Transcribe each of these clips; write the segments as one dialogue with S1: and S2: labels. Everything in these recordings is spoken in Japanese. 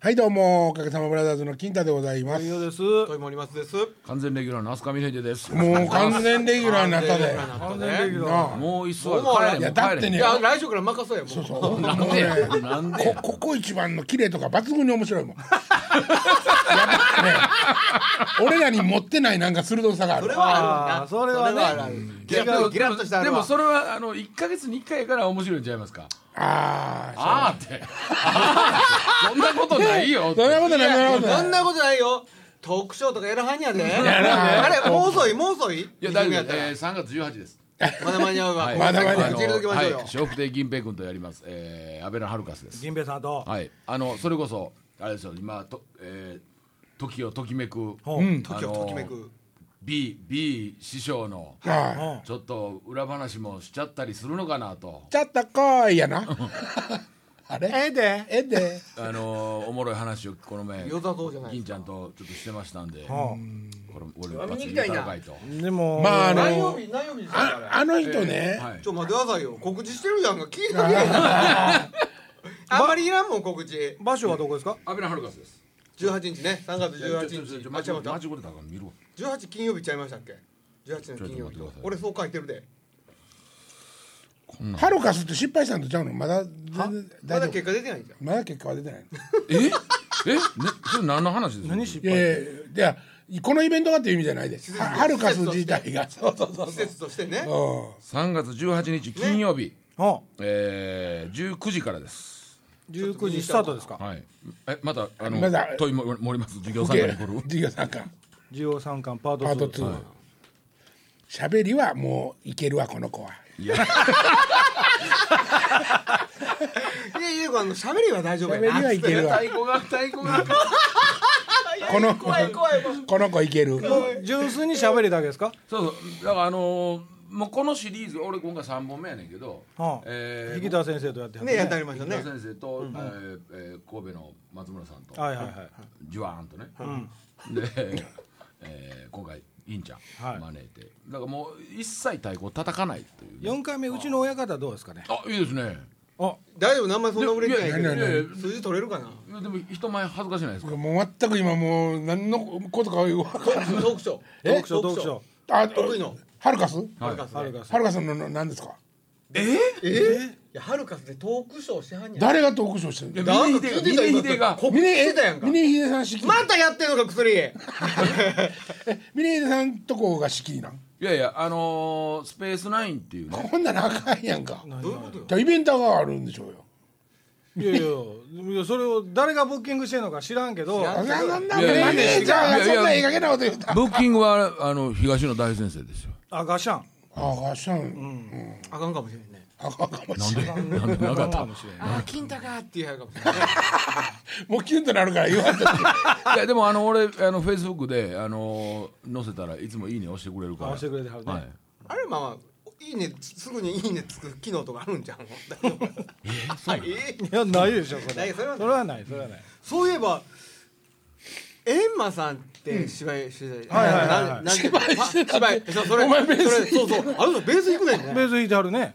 S1: はいどうもおかげさまブラザーズの金太でございます
S2: よです。
S3: 問森松です。
S2: 完全レギュラーの飛鳥美玲です。
S1: もう完全レギュラーにな ったで
S3: 完
S2: 完
S3: 全
S2: 全
S3: レ
S2: レ
S3: ギ
S2: ギ
S3: ュ
S2: ュラー。もう一層
S3: もう
S2: 帰れ
S3: い
S2: も
S1: や
S2: う
S1: だっ
S2: 帰
S1: て
S2: れ
S1: ね
S3: いや来週から任せよもう。そうそう。
S1: そう
S2: なんでやなんで
S1: こ
S2: や
S1: ここ一番の綺麗とか抜群に面白いもんやっぱね俺らに持ってないなんか鋭さがある
S3: それはある
S2: あ
S3: な。
S2: ーそれはね
S3: ねある。ギラッとギラッとしたあ
S2: で
S3: れ
S2: も
S3: は。
S2: それはあの一ヶ月に一回やから面白いんちゃいますか。
S1: ああ
S2: あーって。あーそんなことないよ って。
S1: そんなことないそんなことない
S3: そんなことないよ。トークショーとかやらはんやで。あれもう遅いもう遅い。
S2: いや大丈夫。
S3: たら
S2: えー三月十八です。
S3: まだ間に合うわ。
S2: はい
S1: まだ間に合う
S3: うち入れときましょうよ
S2: はい。笑福亭銀平君とやります。えー安倍のハルカスです。
S4: 銀兵衛さんと、
S2: はい。あのそれこそあれですよ。今とえー時をときめく。
S4: ほううん、
S3: 時をときめく。
S2: B B 師匠の
S1: はい
S4: うん
S2: ちょっと裏話もしちゃったりするのかなと。
S1: ちょっと来いやなあれ
S4: ええで
S1: えで
S2: あのーおもろい話をこの前
S3: 良さそうじゃないです
S2: 銀
S3: か
S2: ちゃんとちょっとしてましたんで、
S4: ほ
S2: これ俺も一発言うたろかいと。
S4: うでも、
S1: まああの
S3: 何曜日何曜日ですか
S1: あ
S3: あれ。
S1: あの人ね、
S2: はい
S3: ちょ待ってくださいよ。告知してるやんか。聞いとけよ。 あんまりいらんもん告知。
S4: 場所はどこですか、
S2: 安倍のハルカスです。
S3: 18日ね。3月
S2: ちょちょ
S3: 18
S2: ちょち
S3: 日。あ
S2: ょマ
S3: 違
S2: ジ
S3: う違う
S2: マジこれだから見ろ。
S3: 18金曜日ちゃいましたっけ18の金曜日
S2: ちょっと待ってください
S3: 俺そう書いてるで
S1: ハルカスって失敗したんとちゃうのまだ全然
S3: ま
S1: 大
S3: だ
S1: 丈夫
S3: 結果出てないじゃん
S1: まだ結果は出てない
S2: え？え？ねそれ何の話ですか？
S4: 何失
S1: いや
S4: 敗
S1: いやいやこのイベントがっていう意味じゃないですはハルカス自体がそうそうそう
S3: 施設としてね
S1: そ
S2: 三月十八日金曜日、
S4: ほ
S2: えー十九時からです。
S4: う19時スタートですか
S2: はい。えまたあの
S1: まだ
S2: 問いも盛ります授業
S1: う
S2: 参加に来る。
S1: 授業参観
S4: 13巻パート
S1: パート
S4: 2
S1: 2喋、りはもういけるわこの子はい
S2: や
S3: いやいやあの喋りは大丈夫や
S1: 喋りはいけるわ
S2: 太鼓が太鼓が。
S1: この
S3: 怖い怖いもう
S1: この子いける
S4: 純粋に喋りだけですか
S2: そうそうだからあのーもうこのシリーズ俺今回3本目やねんけど、
S4: はあ
S2: えー
S4: 引田先生とやってはる
S3: ねやってありましたね
S2: 藤田先生と、えーえー神戸の松村さんと、
S4: はいはいはい
S2: ジュワーンとね、 で、えー今回インちゃ
S4: は
S2: ん
S4: い
S2: 招いて、だからもう一切太鼓叩かないという、ね、
S4: 4回目うちの親方どうですかね
S2: あいいですね
S4: あ
S3: 大丈夫名前そんな売れてないけ
S2: いやいやいやい
S3: ど数字取れるかない
S2: やでも人前恥ずかしないですか
S1: もう全く今もう何のことか分からん
S3: トークショー
S4: トークショートークショー
S1: あ
S3: 得意の
S1: ハルカス
S3: ハルカス
S4: はる
S3: で
S4: かさ
S1: ハルカスのの何ですか
S3: えいやハルカスでトークショーしてはんやん
S1: 誰がトークショーしてる
S2: い
S1: の
S2: や
S3: なんか
S2: 峰秀が
S3: 聞いてた
S2: 峰秀が
S3: 今告知
S1: 峰
S3: してたやんか
S1: 峰秀さん仕切り
S3: またやってんのか薬
S1: え峰秀さんとこが仕切りなん
S2: いやいやあのースペースナインっていうね
S1: こんなのあかんやんか
S3: どういうことよ
S1: じゃあイベントがあるんでしょうよ
S4: いやいやいやそれを誰がブッキングしてるのか知らんけど
S3: 知ら
S1: あ
S3: ん
S1: そんない
S2: やいや
S1: マネージャー
S2: い
S1: が
S2: やい
S1: そ
S2: や
S1: んなええかげなこと言うた
S2: ブッキングはあの東野大先生ですよ
S4: あガシャン
S1: ああっしゃん
S3: あかんかもしれんね
S1: あかんかもしれん
S2: なんでなかった
S4: かもしれない
S3: あー金高って言いはるかもしれない
S1: もうキュンとなるから言わんと
S2: いやでもあの俺あのフェイスブックであの載せたらいつもいいね押してくれるから。
S4: 押してくれてはるね
S2: はい。
S3: あれまあまあいいねすぐにいいねつく機能とかあるんじゃん大丈夫はいえ
S4: いやないでしょそ
S3: ない
S4: れ
S3: それはない
S4: それはないそれはない
S3: そういえばエンマさんって芝居してた、
S4: はいはいはいはい
S3: ななんていうの
S1: 芝居してた
S3: 芝居そうそれ
S1: お前ベース
S3: それそうそうあの人ベース弾くねん
S4: ベ
S3: ね
S4: ース弾いてはるね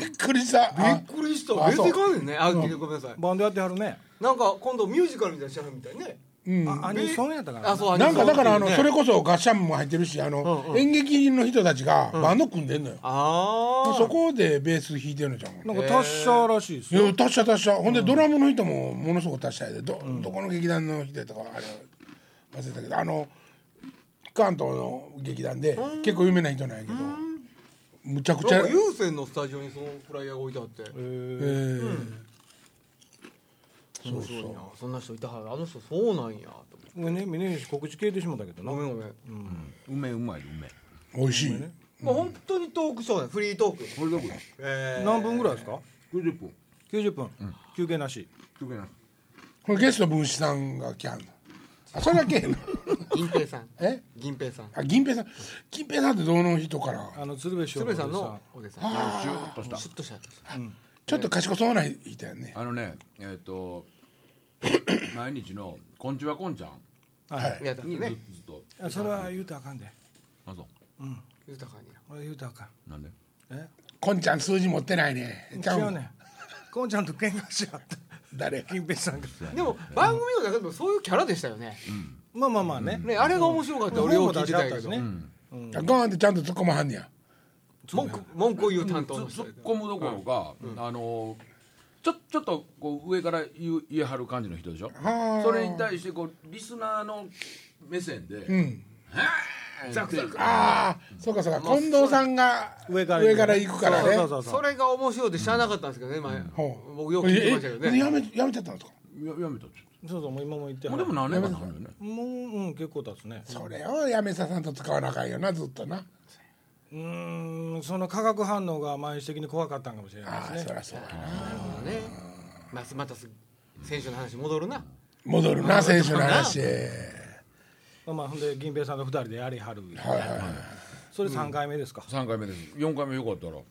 S1: びっくりした
S3: び
S1: あ
S3: っくりした
S1: あ
S3: ベース弾かんねんねあごめんなさい
S4: バンドやってはるね
S3: なんか今度ミュージカルみたいにしてはるみたいね
S1: うん
S4: あアニソンやったから
S3: あ
S4: な
S3: そう
S1: なんかだからあの
S3: ね
S1: それこそガッシャンも入ってるしあの演劇の人たちがバンド組んでんのよ
S3: ああ
S1: そこでベース弾いてるのじゃん
S4: なんか達者らしいです
S1: い
S4: よ
S1: や達者達者ほんでドラムの人もものすごく達者やでど,、どこの劇団の人やったかあれ忘れたけどあの関東の劇団で結構有名な人なんやけどむちゃくち
S3: な
S1: ゃ
S3: んか有線のスタジオにそのフライヤーが置いてあって
S1: えー
S3: 面白いなそんな人いたはるあの人そうなんやと思って
S4: ごめんね峰岸告知消えてしまったけどな
S3: ごめんごめん
S2: うめえうまいうめえ。
S1: 美味しい
S3: もう本当にトークショーだよフリートーク
S2: これどこ？
S3: えー
S4: 何分ぐらいですか
S2: これ十分。
S4: 90分、休憩なし
S2: 特にな。
S1: これゲスト分子さんが来はんのあそれだけやな
S3: 銀平さん
S1: え
S3: 銀平さん
S1: あ銀平さん銀平さんってどの人から
S4: あの鶴瓶師匠
S3: 鶴瓶さんのお弟子さん
S2: シューッとした。
S3: シュッとした
S1: ちょっと賢そうな人やね
S2: あのねえっ、と 毎日のこんちはこんちゃん
S1: はい
S3: やった
S2: にず,、
S3: ね
S2: ずっと。
S4: あそれは言うたらあかんで
S2: あそう。
S3: 豊かにな
S4: 俺言うたらあかん
S2: なんで？
S4: え
S1: こんちゃん数字持ってないね
S4: 違うねんこんちゃんと喧嘩しちゃった
S1: 誰が
S4: 金平さんが
S3: でも番組の中でもそういうキャラでしたよね。
S4: まあまあまあね
S3: ねあれが面白かった俺を聞いてたんやけ
S4: 本
S3: ど
S4: も出し。
S1: あガーンってちゃんと突っ込まはんねや
S3: 文句文句を言う担当の
S2: 突
S3: 人
S2: っ。込むどころか、あのちょちょっとこう上から言う言えはる感じの人でしょ
S1: はあ
S2: それに対してこうリスナーの目線で、
S1: うん
S2: ザクザク
S1: ああそうかそうか近藤さんが
S4: 上
S1: 上
S4: か
S1: からら
S4: 行く
S1: 行くからね
S4: そうそうそう
S3: それが面白いって知らなかったんですけどね前
S1: ほ。
S3: 僕よく聞いてましたけど
S1: ええや
S3: ね。
S1: めやめちゃったんですか
S2: ややめたっつって
S4: そうそうもう今も言って
S2: も
S4: は
S2: う
S4: る
S2: でも何年かなるよね
S4: もううん結構経つね
S1: それをやめささんと使わなあかんよなずっとな
S4: うーんその化学反応が毎日的に怖かったんかもしれない
S1: ああ
S4: です
S1: そ
S4: ね
S1: りゃそうだな
S3: なるほどね。まあまたす選手の話戻るな。
S1: 戻るな選手の話はい
S4: まあほんで銀平さんと二人でやりはる
S1: はいはい
S4: それ三回目ですか
S2: 3回目です4回目よかったら
S3: よ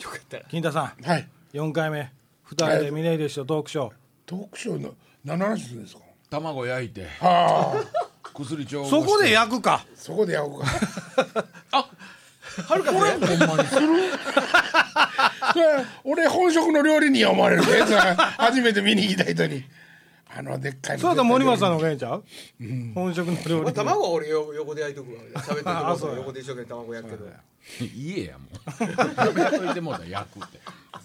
S3: かったら。
S4: 金田さん
S1: はい
S4: 四回目二人で峰秀氏とトークショー
S1: トークショーの何の話するんですか
S2: 卵焼いて
S1: はあ
S2: 薬調合して
S4: そこで 焼くか
S1: そこでやろうか
S3: はるかさん
S1: ほんまにする それ俺本職の料理人や思われるで それ初めて見に来た人にあのでっかいの
S4: そうだったら森松さんのおかげちゃう本職の料
S3: まあ
S4: 理
S3: 卵は俺よ横で焼いとくわ喋ってる
S4: あ
S3: と
S4: そう
S3: こ横で一生懸命卵焼くけど
S2: 言えやもう やめといてもうたら焼くって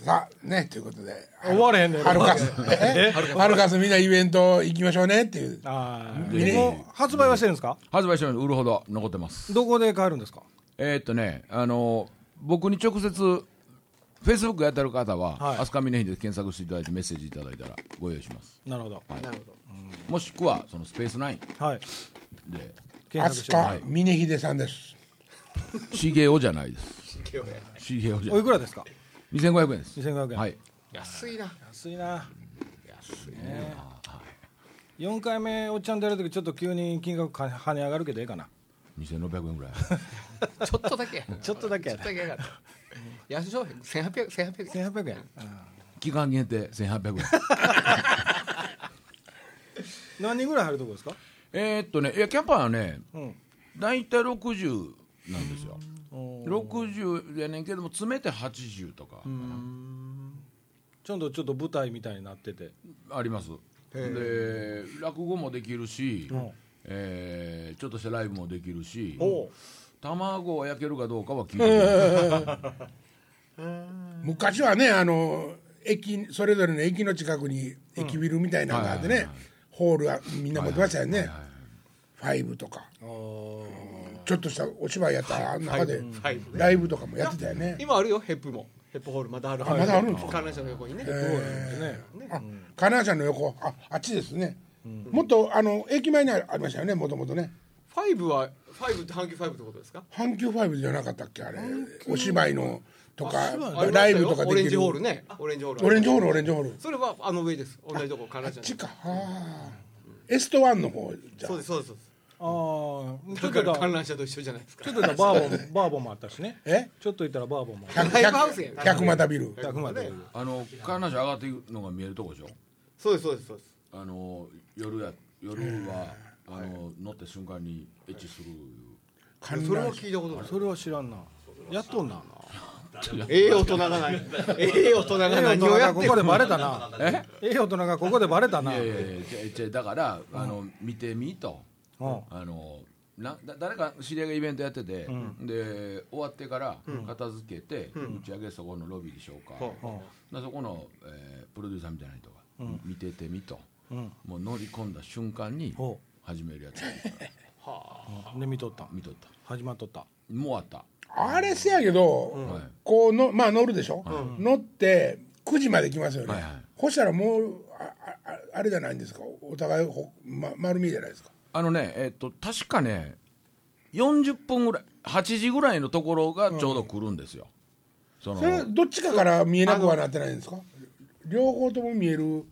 S1: さあねということで
S4: 終われへんねん
S1: ハルカスえハルカスみんなイベント行きましょうねっていう
S4: ああ
S2: ね
S4: もう発売はしてるんですか
S2: 発売書に売るほど残ってます
S4: どこで買えるんですか
S2: えーっとねあの僕に直接フェイスブックやってる方
S4: は
S2: は
S4: い
S2: 「飛鳥峰秀」で検索していただいてメッセージいただいたらご用意します
S4: なるほど
S3: なるほ
S2: もしくはそのスペースナイン
S4: はい
S2: で
S4: 検
S1: 飛
S4: 索してもらう
S1: 鳥峰秀さんです
S2: シゲオじゃないです
S3: ど
S2: シゲオじゃ
S4: おいくらですか
S2: 2500円です
S4: 2500円
S2: はい
S3: 安いな
S4: 安いな
S3: 安い
S4: 4回目おっちゃん出るときちょっと急に金額か跳ね上がるけどええかな
S2: 2600円ぐらい
S3: ちょっとだけ
S4: ちょっとだけ
S3: ちょっとだけやから安い商品千八百千八百円
S4: 1800円
S2: 期間限定1800円
S4: 何人ぐらい入るとこですか
S2: えーっとねいやキャパはね
S4: うん
S2: 大体60なんですよ60やねんけども詰めて80とか
S4: ちょっとちょっと舞台みたいになってて
S2: ありますで落語もできるし、えーちょっとしたライブもできるし卵は焼けるかどうかは聞いてる
S1: 昔はねあの駅それぞれの駅の近くに駅ビルみたいなのがあってね、ホールはみんな持ってましたよね、ファイブとかちょっとしたお芝居やったら中で
S3: ファイブ
S1: ライブとかもやってたよね
S3: 今あるよヘップもヘップホールまだある
S1: あまだあるんですか
S3: 観覧車の横にね
S4: ね
S1: あ金谷さんの横ああっちですね、もっとあの駅前にありましたよねもともとね
S3: ファイブはファイブって阪急ファイブってことですか
S1: 阪急ファイブじゃなかったっけあれお芝居のとか
S3: ありましたよ
S1: ライブとか
S3: オレ
S1: で
S3: ン
S1: き
S3: ジ
S1: る
S3: ホールねオレンジホール
S1: オレンジホールオレンジホール
S3: それはあの上です同じとこ
S1: あっ
S3: 観覧車
S1: ち
S3: の
S1: かあーエストワンの方じゃ
S3: そうですそうですそうです
S4: ああちょっと
S3: だか
S4: だ
S3: ら観
S4: ち
S3: 覧車と一緒じゃないですか
S4: ょっとだバーボンバーボンもあったしね
S1: え
S4: ちょっといったらバーボンも
S1: 百
S3: ライブハウスや
S1: 百百股ビル
S4: あくまで
S2: あの観覧車上がっていくのが見えるとこでしょ
S3: そうですそうですそうです
S2: あの夜や夜はあの乗った瞬間にエッチする
S1: 観
S3: それ
S1: 覧
S3: も
S1: 車
S3: 聞いたことない
S4: それは知らんなやっとんな
S3: ええ大人がないええ大人が
S4: ええ大
S3: 何
S4: 人
S3: を
S4: が
S3: やって
S4: こ
S3: る
S4: こでバレたな
S2: え
S4: ええ大人がここでバレた
S2: い
S4: な
S2: やいやいやちゃちゃだからあの見てみと
S4: うん
S2: あのなだ誰か知り合いがイベントやってて、で終わってから片付けて、打ち上げそこのロビーでしょうか、でそこの、えープロデューサーみたいな人が、見ててみと、もう乗り込んだ瞬間に
S4: ほ
S2: 始めるやつがいるから
S4: で見とった
S2: 見とった
S4: 始まっとった
S2: もうあった
S1: あれせやけど、こうのまあ乗るでしょ、乗って9時まで来ますよね、
S2: はいはい
S1: ほしたらもうああああれじゃないんですかお互いほ、ま、丸見えじゃないですか
S2: あのねえっと確かね40分ぐらい8時ぐらいのところがちょうど来るんですよ、その
S1: それどっちかから見えなくはなってないんですか両方とも見える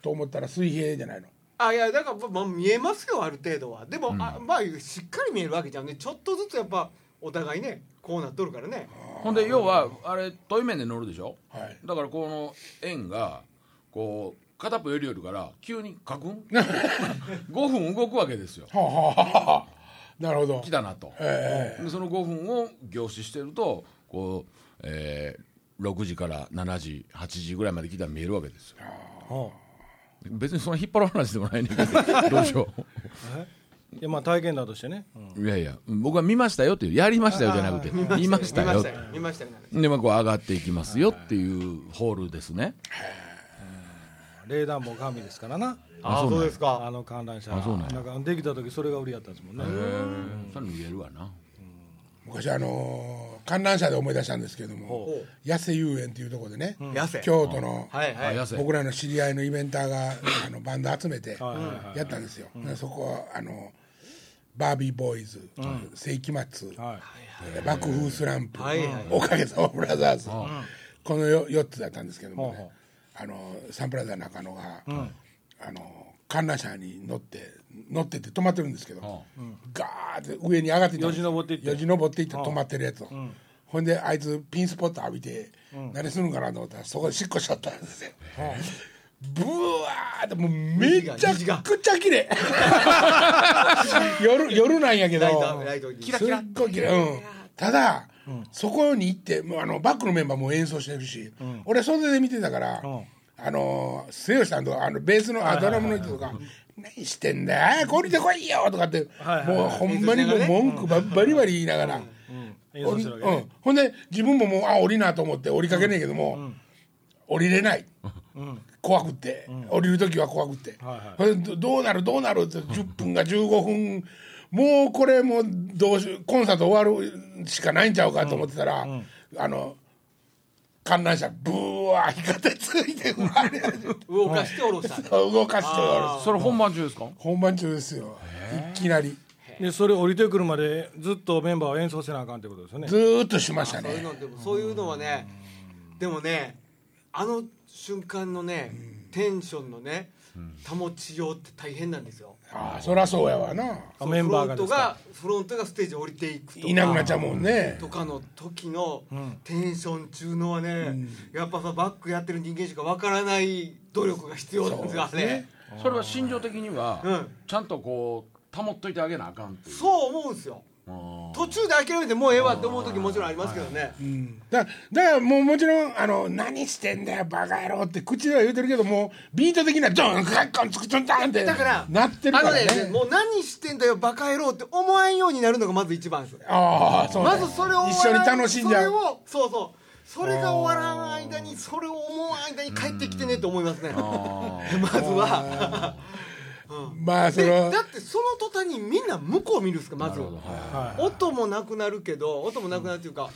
S1: と思ったら水平じゃないの
S3: あいやだからまあ見えますよある程度はでも、あまあしっかり見えるわけじゃんねちょっとずつやっぱお互いねこうなっとるからね
S2: ほんで要はあれ遠い面で乗るでしょ、
S1: はい
S2: だからこの円がこう片っぽよりよるから急にカクン5分動くわけですよ
S1: はあ、はあはあはあ、なるほど
S2: 来たなと、
S1: え
S2: でその5分を凝視してるとこう、えー6時から7時8時ぐらいまで来たら見えるわけですよ
S4: ほ
S2: 別にそんな引っ張る話でもないねんけど どうしよ
S4: ういやまあ体験談としてね、うん
S2: ういやいや僕は見ましたよっていうやりましたよじゃなくて見ました
S3: 見ま
S2: よ
S3: したよ見ましたよ
S2: でまあこう上がっていきますよっていうホールですね
S4: 冷暖房神ですからな
S2: あそうなんや
S3: すか
S4: あの観覧車
S2: あそうなんや
S4: なんかできた時それが売りやったんですもんね
S2: うんそれ見えるわな
S1: 昔あのー観覧車で思い出したんですけども
S3: ほ
S1: 八瀬遊園っていうところでね、
S3: 痩せ
S1: 京都の、
S3: はい
S2: あ
S3: はい
S2: 痩せ
S1: 僕らの知り合いのイベンターがあのバンド集めて
S4: はいはいはい
S1: やったんですよ、でそこはあのバービーボーイズ、世紀末、
S4: はい
S1: 爆風スランプ、
S3: はいはい
S1: おかげさまブラザーズ、このよ4つだったんですけどもね、
S4: ほうほ
S1: あのサンプラザ中野が、あの観覧車に乗って乗ってって止まってるんですけど、ガーって上に上がっていったんです
S4: よじ登っていって
S1: よじ登っていって止まってるやつを、ほんであいつピンスポット浴びて、何するんかなと思ったらそこでしっこしちゃったんですよ。ブワーってもうめちゃくちゃ綺麗 夜夜なんやけど
S3: ライトライトキラ
S1: すっごい綺麗、うん、ただ、そこに行ってもうあのバックのメンバーも演奏してるし、俺袖で見てたから、
S4: ん
S1: あの末吉さんとかあのベースのあドラムの人とか「何してんだよ降りてこいよ」とかって、
S4: はいはい
S1: もうほんまにもう文句ばバリバリ言いながら、
S4: 演
S1: 降
S4: 奏
S1: り
S4: す
S1: う
S4: るわけね、
S1: ん、ほんで自分ももうあ降りなと思って降りかけねえけども、降りれない。怖くって、降りる時は怖くって、
S4: はいはい
S1: ほんでどどうなるどうなるって10分が15分もうこれもうどうしコンサート終わるしかないんちゃうかと思ってたら、あの観覧車ブワー光ってついてうわ ー
S3: 動かして下ろした
S1: 動かしておる
S2: それ本番中ですか
S1: 本番中ですよいきなり
S4: でそれ降りてくるまでずっとメンバーは演奏せなあかんってことですよね
S1: ずーっとしました
S3: そういう
S1: ね
S3: のでもそういうのはねでもねあの瞬間のねテンションのね保ちようって大変なんですよ
S1: ああそりゃそうやわな
S4: あメンバーがですか
S3: フロントがフロントがステージ降りていくとか
S1: いなくなっちゃうもんね
S3: とかの時のテンション中のはね、やっぱさバックやってる人間しかわからない努力が必要なんですよあれ
S2: それは心情的に
S3: う
S2: は
S3: ん
S2: ちゃんとこう保っといてあげなあかんっていう
S3: そう思うんですよ
S2: うん
S3: 途中で諦めてもうええわって思う時もちろんありますけどね、
S1: だだからもうもちろんあの「何してんだよバカ野郎」って口では言うてるけどもうビート的にはドンカッコンツクツンタンって
S3: だから
S1: なってるからね
S3: あのねもう何してんだよバカ野郎って思わんようになるのがまず一番です
S1: ああそうね
S3: まずそれを
S1: 一緒に楽しんじゃ
S3: それ
S1: う
S3: をそうそうそれが終わらん間にそれを思わん間に帰ってきてねって思いますね まずは
S1: ま あそ
S3: で
S1: の
S3: だってその途端にみんな向こう見るんですかまず音もなくなるけど音もなくなるっていうか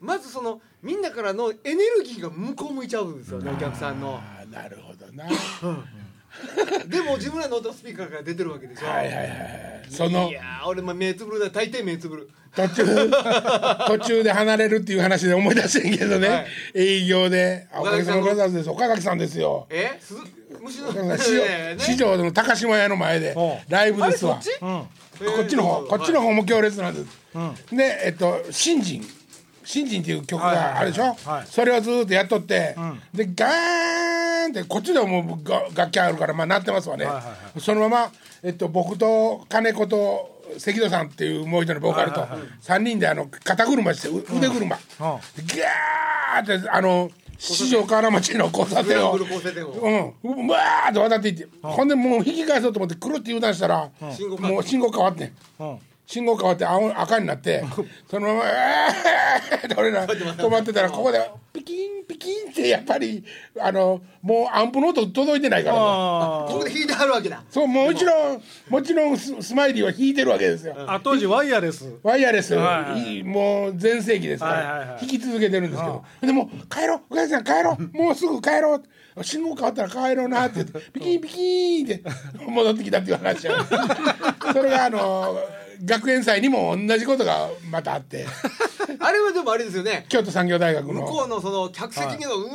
S3: まずそのみんなからのエネルギーが向こう向いちゃうんですよねお客さんの
S1: あなるほどな
S3: でも自分らの音スピーカーから出てるわけでしょ
S1: はいはいはいはいその
S3: いやー俺も目つぶるだ大抵目つぶる
S1: 途中 途中で離れるっていう話で思い出してんけどね、
S3: はい
S1: 営業で「あお
S3: 岡
S1: かげ
S3: 崎
S1: さ
S3: さ
S1: ま
S3: ん
S1: ブラザーズです岡崎さんですよ」
S3: え鈴虫の
S1: 市場
S3: ね
S1: 市場の高島屋の前で
S4: ほう
S1: ライブ
S3: あ
S1: で
S3: れ
S1: す
S3: そ
S1: わ
S3: っち、
S4: うん
S1: こっちの方、こっちの
S3: 方
S1: 方も強烈なんです。で、えっと、新人。新人っていう曲があるでしょ、
S4: はいはいはいはい
S1: それをずーっとやっとって、でガーンってこっちでももうが楽器あるからまあ鳴ってますわね、
S4: はいはいは
S1: そのまま、えっと、僕と金子と関戸さんっていうもう一人のボーカルと3人であの肩車してう腕車、
S4: は
S1: でガーってあの四条河原町の交差点を
S3: ぐるぐる交差点を
S1: うんうわーって渡っていって、ほんでもう引き返そうと思ってくるって U ターンしたら、
S3: 信号変わった
S1: もう信号変わってん
S4: うん
S1: 信号変わって青赤になってそのまま「えー!」って俺ら止まってたらここでピキンピキンってやっぱりあのもうアンプの音届いてないから
S4: あ
S3: ここで弾いてはるわけだ
S1: そうもちろんもちろんススマイリーは弾いてるわけですよ。
S4: あ当時ワイヤレス
S1: ワイヤレス、
S4: はいはい
S1: いいもう全盛期ですから、
S4: はいはいはい
S1: 引き続けてるんですけど、でもう帰ろう、お母さん帰ろう、もうすぐ帰ろう、信号変わったら帰ろうなって言って、ピキンピキンって戻ってきたっていう話なんですそれがあの学園祭にも同じことがまたあって、
S3: あれはでもあれですよね
S1: 京都産業大学
S3: 向こう
S1: の。
S3: のその客席にのうわ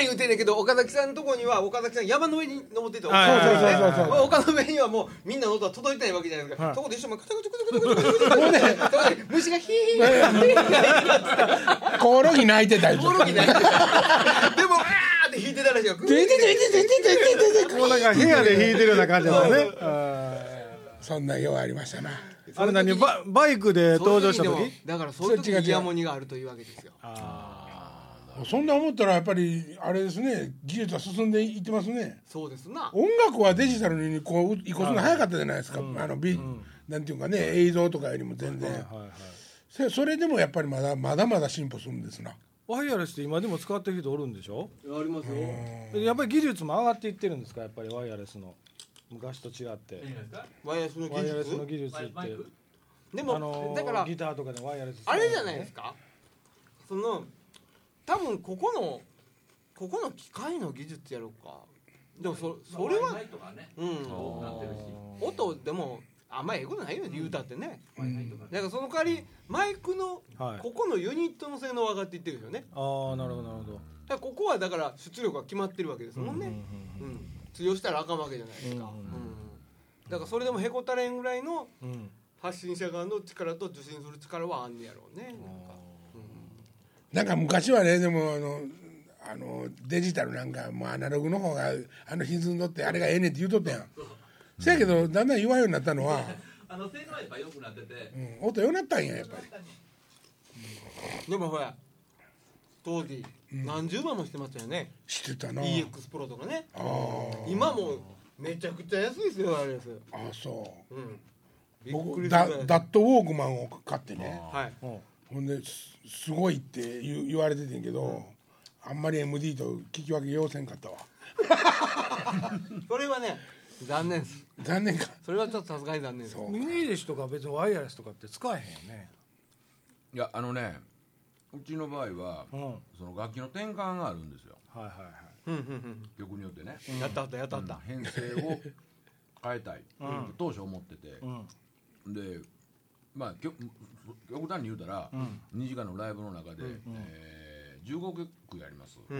S3: ー言うてんねんけど岡崎さんのとこには岡崎さん山の上に登ってて
S4: はいはいはい
S1: はいそうそうそうそう
S3: 丘の上にはもうみんなの音は届いてないわけじゃないですか、そこで一緒にカチャカチャカチャカチャカチャカチャカチャそこで虫がヒーヒー
S1: コオロギ泣いてたりと
S3: ボロ
S1: か。
S3: キないでもあーって弾いてたらしいよ
S1: でででででででで
S4: もうなんか部屋で弾いてるような感じだね
S1: そんなようありましたな。
S4: あれ何ババイクで登場した
S3: そういう
S4: 時
S3: 意味でもだからそういう
S1: そ
S3: 時
S1: れ違う違う
S3: にイヤモニがあるというわけですよ
S4: あ
S1: そんな思ったらやっぱりあれですね技術は進んでいってますね
S3: そうですな
S1: 音楽はデジタルにこう移行するの早かったじゃないですか、あのビ、なんていうかね映像とかよりも全然、せそれでもやっぱりまだまだまだ進歩するんですな
S4: ワイヤレスって今でも使ってる人おるんでしょ
S3: ありますよ
S4: やっぱり技術も上がっていってるんですかやっぱりワイヤレスの昔と違って
S3: ワイヤレスの
S4: ワ
S3: 技
S4: イヤレスの
S3: 術
S4: 技術って
S3: で
S4: あ
S3: も
S4: の
S3: だから
S4: ギターとかでワイヤレス
S3: あれじゃないです
S4: か
S3: かその多分ここのここの機械の技術やろうかでもそそれは
S5: Wi-Fi とかね
S3: うん
S5: 多くなってるし
S3: 音でもあんまええことないよね言うたってね
S5: Wi-Fi とか
S3: だからその代わりマイクの
S4: はい
S3: ここのユニットの性能は上がっていってるよね
S4: ああなるほどなるほど
S3: だからここはだから出力が決まってるわけですもん
S4: うん
S3: ね
S4: うん
S3: うん、通用したらあかんわけじゃないですか、
S4: うん
S3: うんだからそれでもへこたれんぐらいの
S4: うんうん
S3: 発信者側の力と受信する力はあんねやろうね
S1: なんか昔はねでもあのあのデジタルなんかもうアナログの方があの歪んどってあれがええねんって言うとったやん、せやけどだんだん言わんようになったのは、
S5: あの性能はやっぱ良くなってて
S1: うん、音ようになったんややっぱり
S3: でもほら当時何十万もしてましたよね、
S1: 知ってたな
S3: EX プロとかね
S1: あー
S3: 今もうめちゃくちゃ安いですよあれです
S1: あーそ
S3: うん
S1: う
S3: びっく
S1: 僕
S3: りする
S1: ダ
S3: ぐらい
S1: ダットウォークマンを買ってね
S3: はい
S4: うん
S1: ほんですすごいって言う言われててんけど、あんまり MD と聞き分けようせんかったわ
S3: それはね残念です
S1: 残念か
S3: それはちょっとさすがに残念です
S1: そう
S4: 耳弟子とか別にワイヤレスとかって使えへんよね
S2: いやあのねうちの場合は、
S4: うんはい
S2: その楽器の転換があるんですよ
S4: はいはい
S3: うんうん
S2: 曲によってね、
S3: うんやったあったやったあった、
S2: 編成を変えたい、
S4: ん
S2: 当初思ってて、
S4: うん
S2: でまあ極極端に言うたら、2時間のライブの中で、えー15曲やります、
S4: ん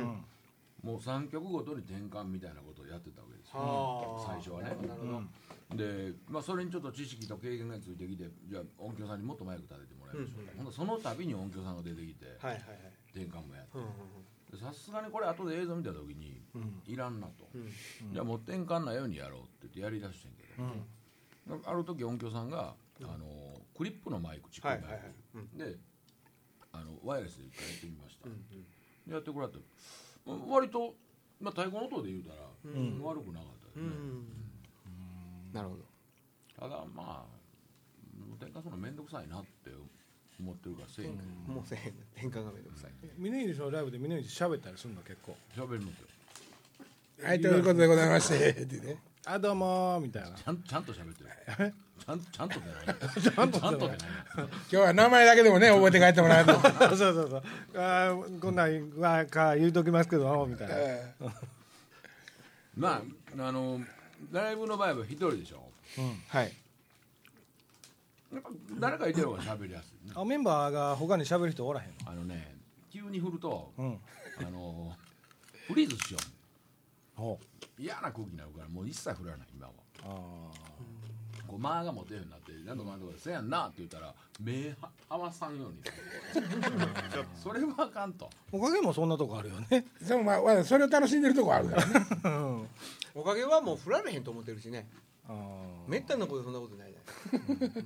S2: もう3曲ごとに転換みたいなことをやってたわけですよ
S3: あー
S2: 最初はね
S3: なるほど、
S2: で、まあ、それにちょっと知識と経験がついてきてじゃあ音響さんにもっとマイク立ててもらいましょうか、ほんとその度に音響さんが出てきて、
S3: はいはいはい
S2: 転換もやって
S3: うんうん
S2: でさすがにこれ後で映像見た時に、いらんなと、
S3: ん
S2: じゃあもう転換ないようにやろうって言ってやりだしてんけど、ある時音響さんが、あのクリップのマイクちっこいマイク、
S3: はいはいはい
S2: であのワイヤレスで一回やってみました、でやってこらってうん割と、まあ、太鼓の音で言うたら、悪くなかった
S3: う
S2: よね、
S3: んなるほど
S2: ただまあ転換するの面倒くさいなって思ってるからせえへんけ
S3: もうせえへん転換がめんどくさい、
S4: 峰弟子のライブで峰弟子喋ったりするの結構
S2: ど喋りますよ
S1: はいということでございましてってね
S4: あどうもーみたいな
S2: ちゃんちゃんと喋ってるちゃんちゃんとじゃないちゃんとじゃない
S1: 今日は名前だけでもね覚えて帰ってもらう と
S4: そうそうそうあーこんなんわか言うときますけどみたいな
S1: えー
S2: まああのライブの場合は一人でしょ
S3: はい
S2: やっぱ誰かいてる方が喋りやすいね
S4: あメンバーが他に喋る人おらへん
S2: あのね急に振ると、
S4: のうん
S2: あのフリーズしよう
S4: ほ
S2: 嫌な空気になるからもう一切振らない今は
S4: うあ
S2: こう間が持てるようになって何とかなんとかでせやんなって言ったら目は合わさんようにそれはあかんと
S4: ーおかげもそんなとこあるよね
S1: でもまあまあそれを楽しんでるとこあるからね
S4: うん
S3: おかげはもう振られへんと思ってるしね
S4: あー
S3: めったなことそんなことないじゃない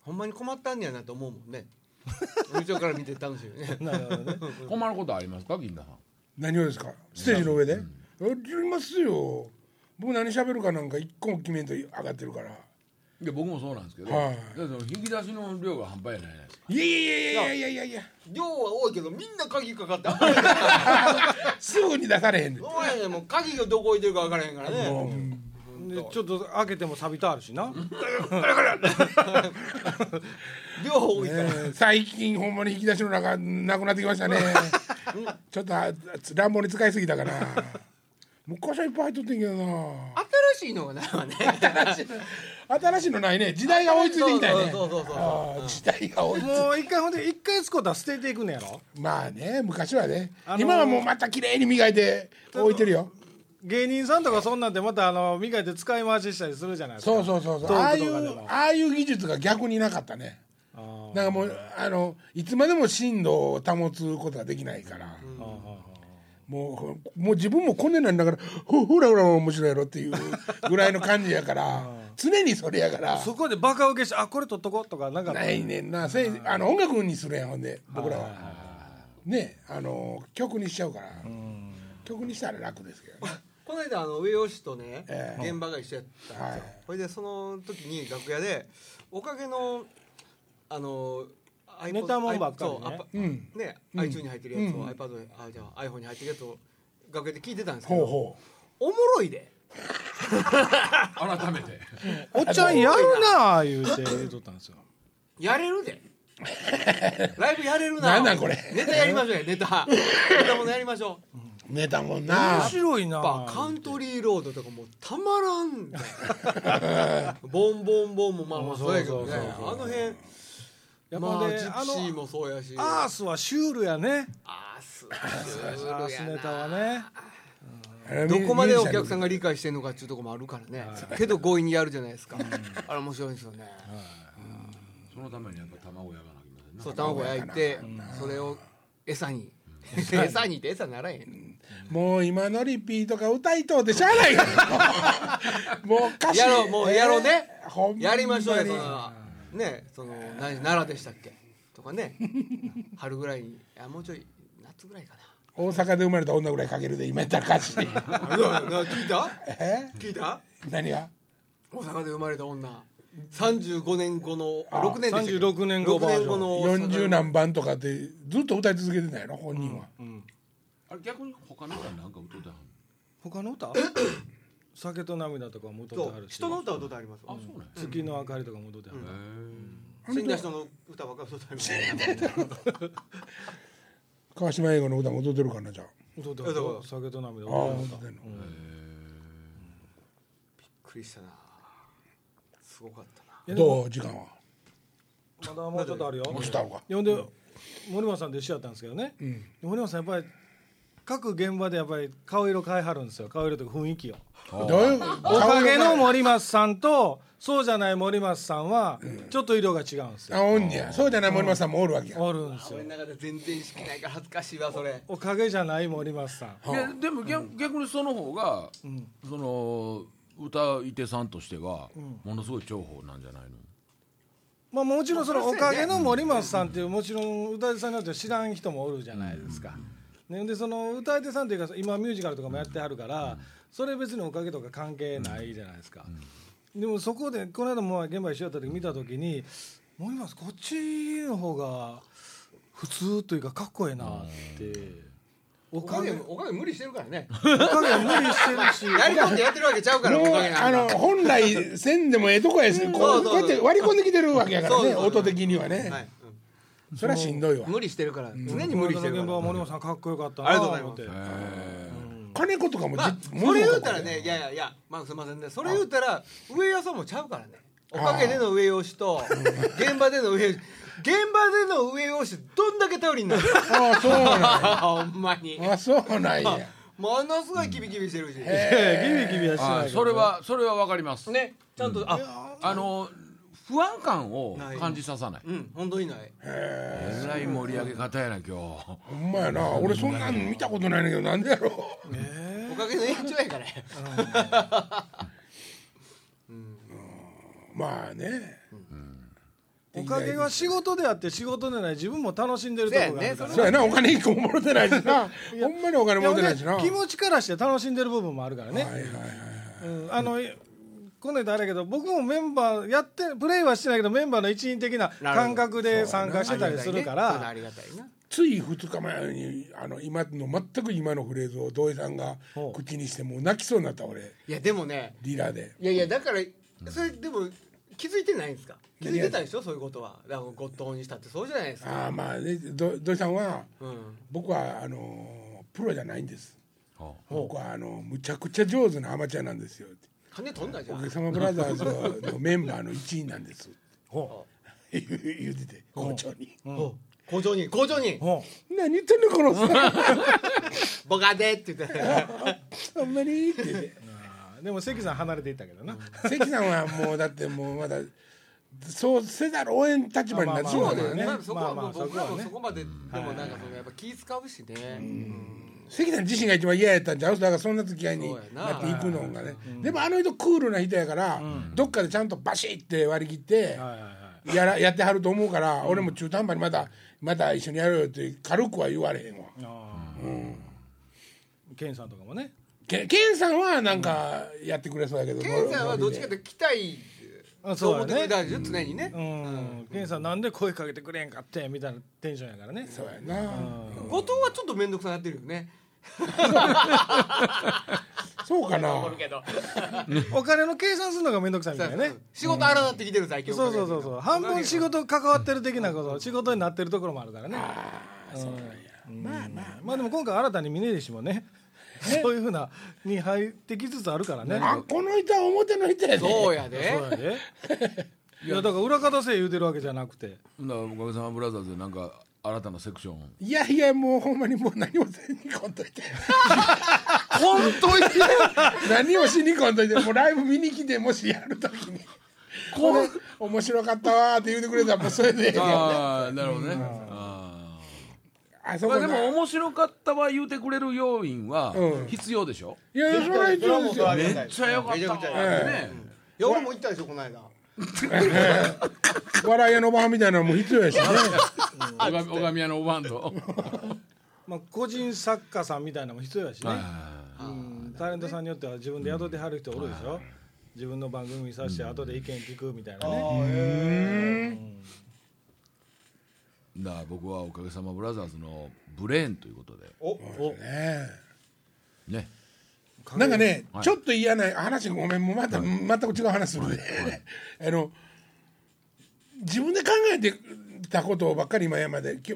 S3: ほんまに困ったんやなと思うもんね後ろから見て楽しいよね
S4: なるほどね
S2: 困ることありますか銀田さん
S1: 何をですかステージの上で、やりますよ僕何喋るかなんか一個も決めんと上がってるから
S2: いや僕もそうなんですけど、
S1: はい
S2: だからその引き出しの量が半端やないですか
S1: いやいやいやいやいやいやいや
S3: 量は多いけどみんな鍵かかってあんまり
S1: すぐに出されへんで
S3: お前ねもう鍵がどこ置いてるか分からへんから
S1: も
S3: ね
S1: う
S4: でちょっと開けても錆びたあるしな
S3: 量多いから、
S1: えー 最近ほんまに引き出しの中なくなってきましたねちょっとあ乱暴に使いすぎたかな昔はいっぱい入っとってんけどな
S3: 新しいのがない わね
S1: 新しいのないね時代が追いついてきたよね
S3: そうそうそうそう
S1: あー時代が追いつい
S4: もう一回ほんで一回使うたら捨てていくのやろ
S1: まあね昔はね、
S4: あのー
S1: 今はもうまた綺麗に磨いて置いてるよ
S4: 芸人さんとかそんなんでまたあの磨いて使い回ししたりするじゃないですか
S1: そうそうそうそう
S4: ト
S1: ああ
S4: ー
S1: い
S4: クとかで
S1: う
S4: も
S1: ああいう技術が逆になかったね
S4: あ
S1: だ
S4: ー
S1: からもうあのいつまでも震度を保つことができないから、
S4: あーあーあ
S1: もうもう自分もこんなんなんだからほほらほら面白いやろっていうぐらいの感じやから 常にそれやから
S4: ーそこでバカ受けしてあこれ取っとこうとかなんか
S1: ないねんなせいあの音楽にするやんほんで僕らはねあの曲にしちゃうから、曲にしたら楽ですけど ね、
S3: この間あの上吉とね、
S1: ええ
S3: 現場が一緒やったんですよ、
S1: はい
S3: これでその時に楽屋でおかげのあの iPod-
S4: ネタもんばっかりね
S3: そうアパ
S1: うん
S3: ね、
S1: ん
S3: iTunes に入ってるやつを、
S1: うん
S3: iPad にあじゃあ iPhone に入ってるやつを楽屋で聞いてたんですけ
S1: ほ
S3: ど
S1: うほ
S3: おもろいで
S2: 改めて
S4: おっちゃんやるなあ言うて言うとったんですよ
S3: やれるで ライブやれるな
S1: なんなんこれ
S3: ネタやりましょうよ ネタネタものやりましょう
S1: うネタもん
S4: 面
S1: な
S4: 白いな
S3: やっ
S4: あ
S3: ぱカントリーロードとかもうたまらんね ボンボンボンもまあまあそうやけどね
S4: そうそう
S3: あの辺
S4: やっ
S3: ま
S4: ぱ
S3: あ
S4: ね
S3: ジプシーもそうやし
S4: アースはシュールやね
S3: アース
S4: アースネタはね
S3: どこまでお客さん
S1: が
S3: が理解してんのかっていうところもあるからねけど強引にやるじゃないですかあれ面白いんですよね
S2: そのためにやっぱ卵焼かなきゃいけませんな
S3: そう卵焼いてそれを餌に 餌にって餌ならへん
S1: もう今のリピートが歌いとうてしゃあないよ もう歌詞
S3: やろうもうやろうね
S1: えーほんに
S3: やりましょうよそのねその何奈良でしたっけとかね春ぐらいにあもうちょい夏ぐらいか
S1: 大阪で生まれた女ぐらいかけるで今やったら歌 詞
S3: ななな聞いた
S1: え
S3: 聞いた
S1: 何が
S3: 大阪で生まれた女35年後の6年でしたっけ
S4: 36年後バージョン
S3: 6年後の大阪
S1: 40何番とかってずっと歌い続けてないの本人は、
S2: あれ逆に他の人はなんか歌ってはんの
S4: 他の歌酒と涙とかも歌
S3: そ
S4: ってあ
S3: う
S4: るし
S3: 人の歌はどうだあります
S2: あそうなんや
S4: 月の明かりとかも歌ってある
S3: 死んだ人の歌ばっかり歌ってあります
S1: 川島英語の歌も踊ってるかなじゃあ
S4: 歌ってあ
S3: いやだから
S4: る酒と涙
S1: ああ
S4: 歌
S1: 踊っ
S4: って
S1: てん
S4: ある
S1: の、
S3: びっくりしたなすごかったな
S4: えでも
S1: どう時間は
S4: まだもうちょっとあるよ
S1: もうちょっとあるか
S4: 呼んで森本さんと一緒やったんですけどね、森本さんやっぱり各現場でやっぱり顔色変えはるんですよ顔色というか雰囲気を
S1: どういう
S4: おかげの
S1: も
S4: 森松さんとそうじゃない森松さんはちょっと色が違うんですよ、
S1: あおんにやそうじゃない森松さんもおるわけや
S4: おるんですよ
S3: 俺の中で全然意識ないから恥ずかしいわそれ
S4: おかげじゃない森松さん
S2: いやでも逆逆にその方が、その歌い手さんとしては、ものすごい重宝なんじゃないの
S4: まあ、もちろんそのおかげの森松さんっていうもちろん歌い手さんによっては知らん人もおるじゃないですか、ね、でその歌い手さんというか今ミュージカルとかもやってはるからそれ別におかげとか関係ないじゃないですか、でもそこでこの間も現場一緒やった時見た時に森松こっちの方が普通というかかっこええなってお
S3: お
S4: か
S3: か
S4: げ
S3: げ
S4: お
S3: おかげ無理してるからね
S4: かげ無理してるし
S3: やりたくてやってるわけちゃうからお
S1: もう
S3: かげ
S1: あ
S3: な
S1: の
S3: んか
S1: 本来せんでもええとこやし、こう
S3: そうそう
S1: こうやって割り込んできてるわけやから
S3: そう
S1: ね
S3: そう
S1: 音的にはね、
S3: はい
S1: それはしんどいわ
S3: うん無理してるから常に無理してる
S4: この間の現場は
S3: か
S4: 森松さんかっこよかったな
S3: ありがとうございます
S4: 思って
S1: 金子とかも
S3: らまあ
S1: じ
S3: それ言
S1: もの
S3: う
S1: すご
S3: た
S1: く
S3: らねいやいやいやまあすいませんねそれ言うたら上屋さんもちゃうからねおかげ
S1: ああ
S3: での上押しと現場での上吉現場での上押しどんだけ頼りになる
S1: ああそうな
S3: ほんまに
S1: んやあそうなんや
S3: ものすごいキビキビしてるし
S4: いやいやギビギビはしてない
S2: あ
S4: けど
S2: それはそれはわかります、
S3: ねちゃんとあ
S2: あの不安感を
S3: ない
S2: 感じささない
S3: うん本当にない
S2: えらい盛り上げ方やな今
S1: ほんまやな俺そんなん見たことないねんだけどなんでやろう
S3: おかげの延長やから
S1: まあね
S4: おかげは仕事であって仕事でない自分も楽しんでるところがあるから、
S3: そ
S1: そうやなお金一個もろてないし なほんまにお金もろてないしな
S4: 気持ちからして楽しんでる部分もあるからね、
S1: はいはいはい
S4: うんあのこの間あれやけど僕もメンバーやってプレイはしてないけどメンバーの一員的な感覚で参加してたりするか
S3: そういうのあ
S4: ら
S3: りがたいな
S1: つい2日前にあの今の全く今のフレーズを土井さんが口にしてもう泣きそうになった俺
S3: いやでもね
S1: ディーラーで
S3: いやいやだからそれでも気づいてないんですか気づいてたでしょそういうことはだからごっにしたってそうじゃないですか
S1: ああまあねど土井さんは
S3: うん
S1: 僕はあのプロじゃないんです
S2: 日
S1: 僕はあのむちゃくちゃ上手なアマチュアなんですよって
S3: 金飛んだじゃ
S1: お
S3: ん
S1: 客様ブラザーズのメンバーの一員なんです 言う言うてて校長に
S3: ほう工場に工場に
S4: ほ
S1: 「何言ってんのこのおっさ
S3: ボカでっ て言っ
S1: ん
S3: て
S1: ほんまに」って言って
S4: うあーでも関さん離れていったけどな、
S1: 関さんはもうだってもうまだそうせざる応援立場になってしま
S3: そう
S1: か
S3: うだ
S1: ら
S3: よね
S1: ね
S3: まあそこは
S4: まあま
S3: も
S4: あ
S3: う僕ら
S4: そこ
S3: も
S4: はね
S3: そこまででもなんかそのやっぱ気使うしね
S1: 関さん自身が一番嫌やったんちゃうだからそんな付き合いに
S3: そうやな
S1: なっていくのがねでもあの人クールな人やからどっかでちゃんとバシッて割り切って
S4: はいはいはい
S1: やらやってはると思うから、俺も中途半端にまたまた一緒にやろうよって軽くは言われへんわ
S4: ああケンさんとかもね
S1: けケンさんはなんかやってくれそうやけど、
S3: ケンさんはどっちかというと期待
S4: あ
S3: と
S4: そうや
S3: 思ってくれ
S4: ね
S3: たんですよ常にね
S4: うんケンさんなんで声かけてくれんかってみたいなテンションやからね
S1: そうやな、
S3: 後藤はちょっと面倒くさなってるよね
S1: そうかな
S3: 怒るけど
S4: お金の計算するのが面倒くさいみたいなね
S3: 仕事荒なってきてる最近
S4: そうそうそうそう半分仕事関わってる的なこと仕事になってるところもあるからね
S1: まあまあ
S4: まあでも今回新たに峰岸もねそういうふうなに入ってきつつあるからね
S1: あこの人は表の人やで
S3: そうや
S4: そ
S3: で
S4: うや でいやだから裏方せ言うてるわけじゃなくて
S2: ほんならおかげさまブラザーズでなんか新たなセクション
S1: いやいやもうほんまにもう何もせんにこんといて
S3: 本当に
S1: 何をしにこんといてもうライブ見に来てもしやるときにこれ面白かったわーって言ってくれたらもうそれでええけど
S2: ああなるほどねあ
S1: あ
S2: ー
S1: そ
S2: ま
S1: こな
S2: あでも面白かったは言うてくれる要員は必要でしょ
S1: いやいやそれは一応ですよ
S2: めっちゃ良かったわってね
S3: いや俺も言ったでしょこの間
S1: 笑い屋のばみたいなのも必要やしね
S2: 拝み拝み屋のおばんと
S4: まあ個人作家さんみたいなのも必要やしね
S2: あー
S4: うんタレントさんによっては自分で雇ってはる人おるでしょ自分の番組にさして後で意見聞くみたいなね
S2: だから僕はおかげさまブラザーズのブレーンということで
S1: ね
S2: ね
S1: なんかね、ちょっと嫌な話ごめんもうまた、全く違う話するで、あの自分で考えてたことばっかり今までき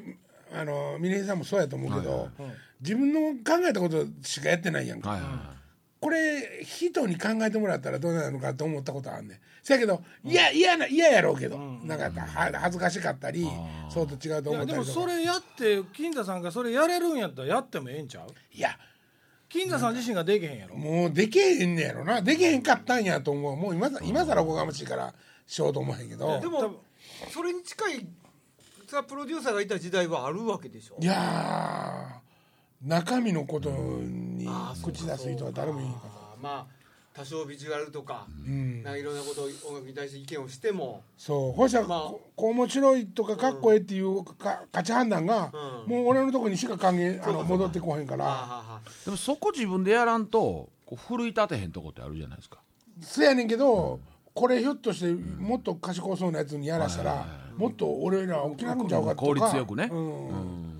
S1: あの峰井さんもそうやと思うけど、自分の考えたことしかやってないやんか、
S2: はいはいはい
S1: これ人に考えてもらったらどうなのかと思ったことあんねんせやけどいや嫌な嫌やろうけど、なんかは恥ずかしかったりそうと違うと思
S4: いや
S1: っ
S4: で
S1: たり
S4: も
S1: と
S4: そ
S1: か
S4: れやって金田さんがそれやれるんやったらやってもええんちゃう
S1: いや
S4: 金田さん自身ができへんやろ
S1: もうできへんねやろなできへんかったんやと思うもう今さ今さらおこがましいからしようと思わへんけど
S3: でもそれに近いさプロデューサーがいた時代はあるわけでしょ
S1: いやー中身のことに口出す人は誰もいいから
S3: あーまあ多少ビジュアルとか,、
S1: ん
S3: なんかいろんなことを音楽に対して意見をしても
S1: そうほしたら
S3: まあ
S1: ここう面白いとかかっこええっていうか価値判断が
S3: うん
S1: もう俺のとこにしか還元あの戻ってこへんか
S3: あー
S1: ら
S3: はーは
S2: でもそこ自分でやらんとこう奮い立てへんとこってあるじゃないですか
S1: せやねんけどこれひょっとしてもっと賢そうなやつにやらしたらもっと俺ら起きなくんちゃうかとか
S2: 効率よくね
S1: うん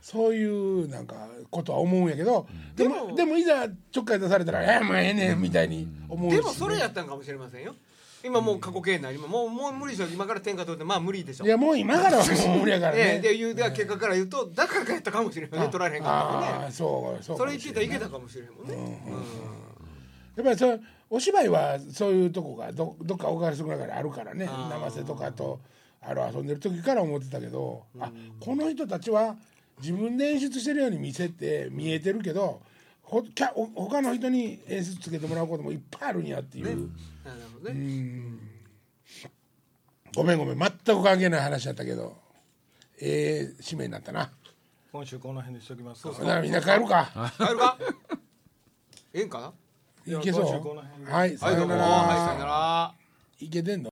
S1: そういうなんかことは思うんやけどでもでもいざちょっかい出されたら「えもうええねん」みたいに思うし
S3: ーでもそれやったんかもしれませんよ今もう過去形になりもうもう無理でしょ今から天下取ってまあ無理でしょ
S1: いやもう今からはもう無理やから
S3: ええ
S1: ね
S3: で言うでは結果から言うとだからかやったかもしれんよね取られへんかったから
S1: あ
S3: ね
S1: あそうそう
S3: そ
S1: か
S3: れ
S1: も
S3: 言っ
S1: してれ
S3: た
S1: な
S3: ら
S1: い
S3: いけたかもしれんもんね、
S1: やっぱりそうお芝居はそういうとこがどどっかおかしくながらあるからね生瀬とかとあの遊んでる時から思ってたけどあこの人たちは自分で演出してるように見せて見えてるけどほキャお他の人に演出つけてもらうこともいっぱいあるんやっていう、
S3: なるほどね、
S1: ごめんごめん全く関係ない話だったけどええ使命になったな
S4: 今週この辺にしときますか
S1: ほなみんな帰るか
S3: 帰るかええんか
S1: いけそ
S4: いや今週この辺
S1: うはいさような
S3: はいさ
S1: ら
S3: よなら
S1: いけてんの